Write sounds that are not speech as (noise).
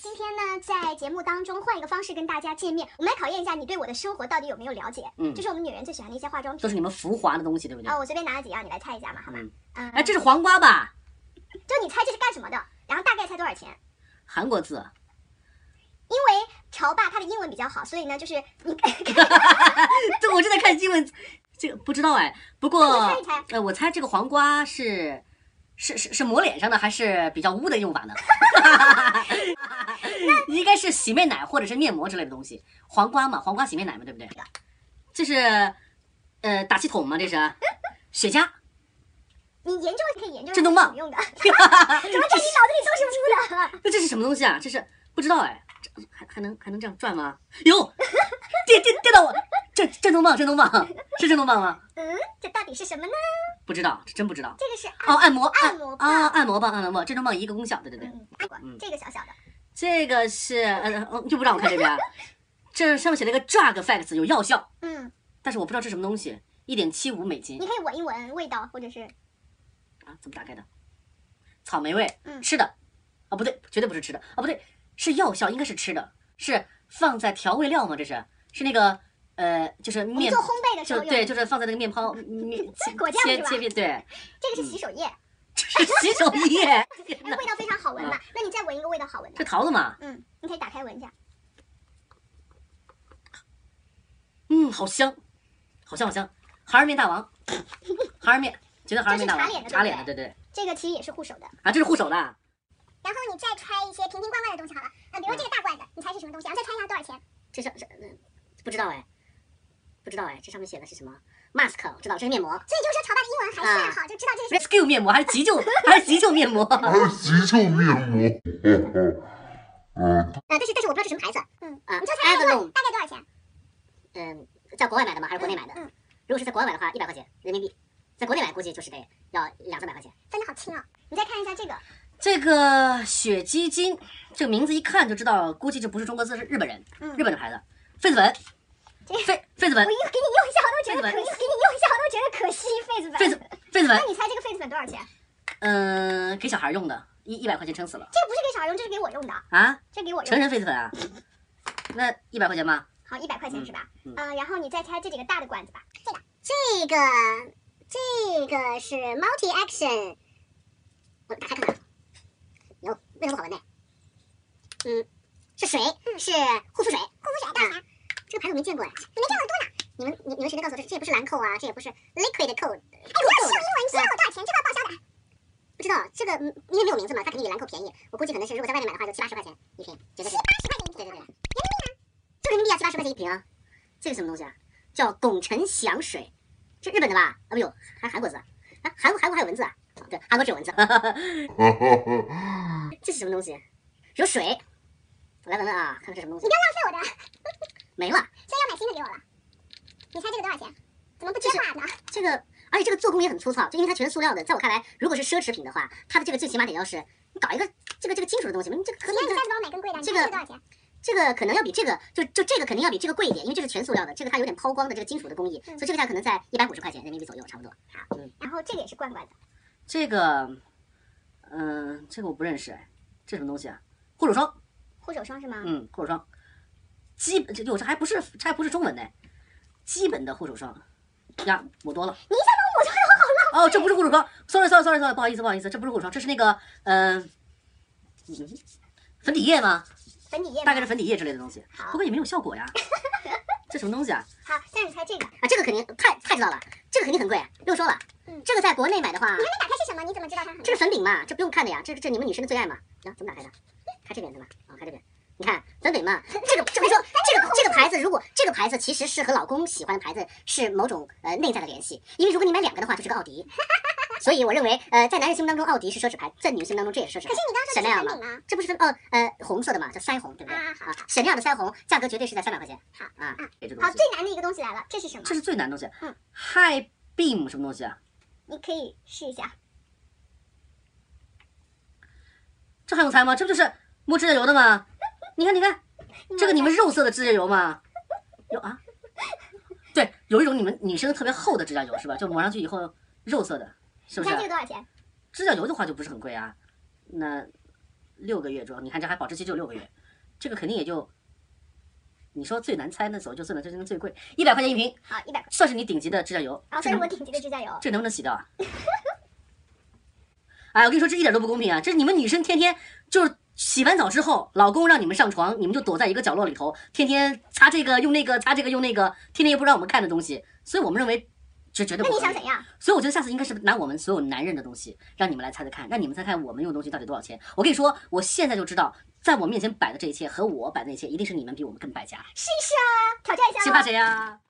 今天呢，在节目当中换一个方式跟大家见面，我们来考验一下你对我的生活到底有没有了解。嗯这是我们女人最喜欢的一些化妆都品是你们浮华的东西，对不对啊、？我随便拿了几样，你来猜一下嘛，好吗？嗯嗯，哎，这是黄瓜吧？就你猜这是干什么的，然后大概猜多少钱？韩国字， (laughs) 因为潮爸他的英文比较好，所以呢，就是你 (laughs) 对，我正在看新闻，这个不知道哎。不过那你猜一猜，呃，我猜这个黄瓜是是是是抹脸上的，还是比较污的用法呢？ (laughs) 应该是洗面奶或者是面膜之类的东西。黄瓜嘛，黄瓜洗面奶嘛，对不对？这是呃打气筒嘛，(laughs) 这是雪茄。你研究可以研究震动是棒有用的， (laughs) 怎么在你脑子 (laughs) 里都是猪的？那这是什么东西啊？这是不知道哎，这还还能还能这样转吗？哟，电电电到我，震震动棒，震动棒是震动棒吗？嗯，这到底是什么呢？不知道，真不知道。这个是按哦，按摩，按摩棒啊，按摩棒，按摩棒，震动棒一个功效，对对对。嗯，按过嗯这个小小的，这个是，呃，呃就不让我看这边，这上面写了一个 drug effects，有药效，嗯，但是我不知道这是什么东西，一点七五美金你可以闻一闻味道，或者是啊，怎么打开的？草莓味，嗯吃的，啊，不对，绝对不是吃的，啊，不对，是药效，应该是吃的，是放在调味料吗？这是，是那个，呃，就是我们面做烘。焙的时就候用。对，就是放在那个面包面果酱嗯切是吧切片， (laughs) 对，这个嗯是洗手液，哎，这是洗手液，天哪味道非常好闻嘛。那你再闻一个味道好闻这的，桃子嘛，嗯，你可以打开闻一下，嗯，好香，好香好香，孩儿面大王，孩儿面，觉得孩儿面大王这是擦脸的擦脸的，对对这个其实也是护手的。啊，这是护手的啊，然后你再拆一些瓶瓶罐罐的东西好了，呃，比如这个大罐子，你猜是什么东西？然后再猜一下多少钱？这上这不知道哎，不知道哎，这上面写的是什么？mask，我知道这是面膜所以就是说，潮爸的英文还是非常好，就知道这是，rescue 面膜还是急救还是急救面膜？ (laughs) 还有急救面膜。嗯，呃啊，但是但是我不知道是什么牌子嗯，啊你就猜猜多 Avalon，大概多少钱？嗯，在国外买的吗？还是国内买的？嗯，如果是在国外买的话，一百块钱人民币，在国内买估计就是得要两三百块钱。分的好轻哦。你再看一下这个，这个雪肌精，这个名字一看就知道，估计这不是中国字，是日本人，嗯日本的牌子，痱子粉这，痱痱子粉我，又给你用一下，我都觉得可，又痱子给你用一下，我都觉得可惜。痱子痱粉，子痱子粉那，你猜这个痱子粉多少钱？嗯、给小孩用的，一一百块钱撑死了这个不是给小孩用，这是给我用的，啊！这是给我用的。成人痱子粉啊，那一百块钱吧。好，一百块钱是吧？嗯呃，然后你再猜这几个大的罐子吧。这个，这个这个是 multi action，我打开看看啊，有为什么不好闻呢？嗯，是水，是护肤水，护肤水干嗯啥？这个牌子我没见过呀，哎你没见过多呢。你们你你们谁能告诉我这这也不是兰蔻啊，这也不是 liquid code？哎，我秀英文，你知道我多少钱？这个报销的。不知道这个，嗯因为没有名字嘛，它肯定比兰蔻便宜。我估计可能是如果在外面买的话，就七八十块钱一瓶，绝对是。七八十块钱一瓶，对对对，人民币呢？就人民币啊，七八十块钱一瓶啊。这个什么东西啊？叫拱辰祥水，是日本的吧？啊，不有，还韩国字啊？啊，韩国韩国还有文字啊？哦对，韩国只有文字。哈哈哈。这是什么东西？有水，我来闻闻啊，看看是什么东西。浪费我的， (laughs) 没了，所以要买新的给我了。你猜这个多少钱？怎么不接话呢？这个，而且这个做工也很粗糙，就因为它全是塑料的，在我看来，如果是奢侈品的话，它的这个最起码得要是你搞一个这个这个金属的东西嘛，你这个可行，能你下这个次帮我买更贵的。你这猜这个个多少钱？这个可能要比这个就就这个肯定要比这个贵一点，因为这是全塑料的，这个它有点抛光的这个金属的工艺，嗯所以这个价可能在一百五十块钱人民币左右，差不多。然后这个也是罐罐的，这个，嗯、这个我不认识哎，这什么东西啊？护手霜，护手霜是吗？嗯，护手霜，基本这有这还不是这还不是中文呢，基本的护手霜呀，抹多了。你一下把我抹成哦，这不是护手霜，sorry sorry sorry sorry，不好意思不好意思，这不是护手霜，这是那个嗯、呃嗯粉底液吗？粉底液吗大概是粉底液之类的东西，好不过也没有效果呀。这什么东西啊？好，现在你猜这个，啊，这个肯定太太知道了，这个肯定很贵，六说了，嗯这个在国内买的话，你还没打开是什么？你怎么知道它很？这是粉饼嘛，这不用看的呀，这这你们女生的最爱嘛。啊，怎么打开的？开这边对吧？啊、开这边。你看粉饼嘛，这个这么说，这个这个牌子，如果这个牌子其实是和老公喜欢的牌子是某种呃内在的联系，因为如果你买两个的话，就是个奥迪。 (laughs) 所以我认为，呃，在男人心目当中，奥迪是奢侈牌，在女人心目当中这也是奢侈可牌是。你刚刚说的是 Chanel 粉嘛饼啊。这不是分哦呃红色的嘛，叫腮红，对不对？啊好啊，沈亮的腮红价格绝对是在三百块钱。好啊，这东好，西，最难的一个东西来了，这是什么？这是最难的东西。嗯 High Beam 什么东西啊？你可以试一下。这还用猜吗？这不就是抹指甲油的吗？你看，你看，这个你们们肉色的指甲油吗？有啊，对，有一种你们女生特别厚的指甲油是吧？就抹上去以后肉色的，是你不是猜这？个啊多少钱？指甲油的话就不是很贵啊，那六个月，主要你看这还保质期只有六个月，这个肯定也就，你说最难猜那时候就最难，这真的最贵，一百块钱一瓶，好，一百块。算是你顶级的指甲油。然后这这是能我顶级的指甲油，这能不能洗掉啊？ (laughs) 哎，我跟你说，这一点都不公平啊！这是你们女生天天就是洗完澡之后，老公让你们上床，你们就躲在一个角落里头，天天擦这个用那个，擦这个用那个，天天又不让我们看的东西，所以我们认为这绝对那不你合想理怎。样？所以我觉得下次应该是拿我们所有男人的东西，让你们来猜猜看，让你们猜看我们用的东西到底多少钱。我跟你说，我现在就知道，在我面前摆的这一切和我摆的那一切，一定是你们比我们更败家。试一试啊，挑战一下谁喽怕。谁呀、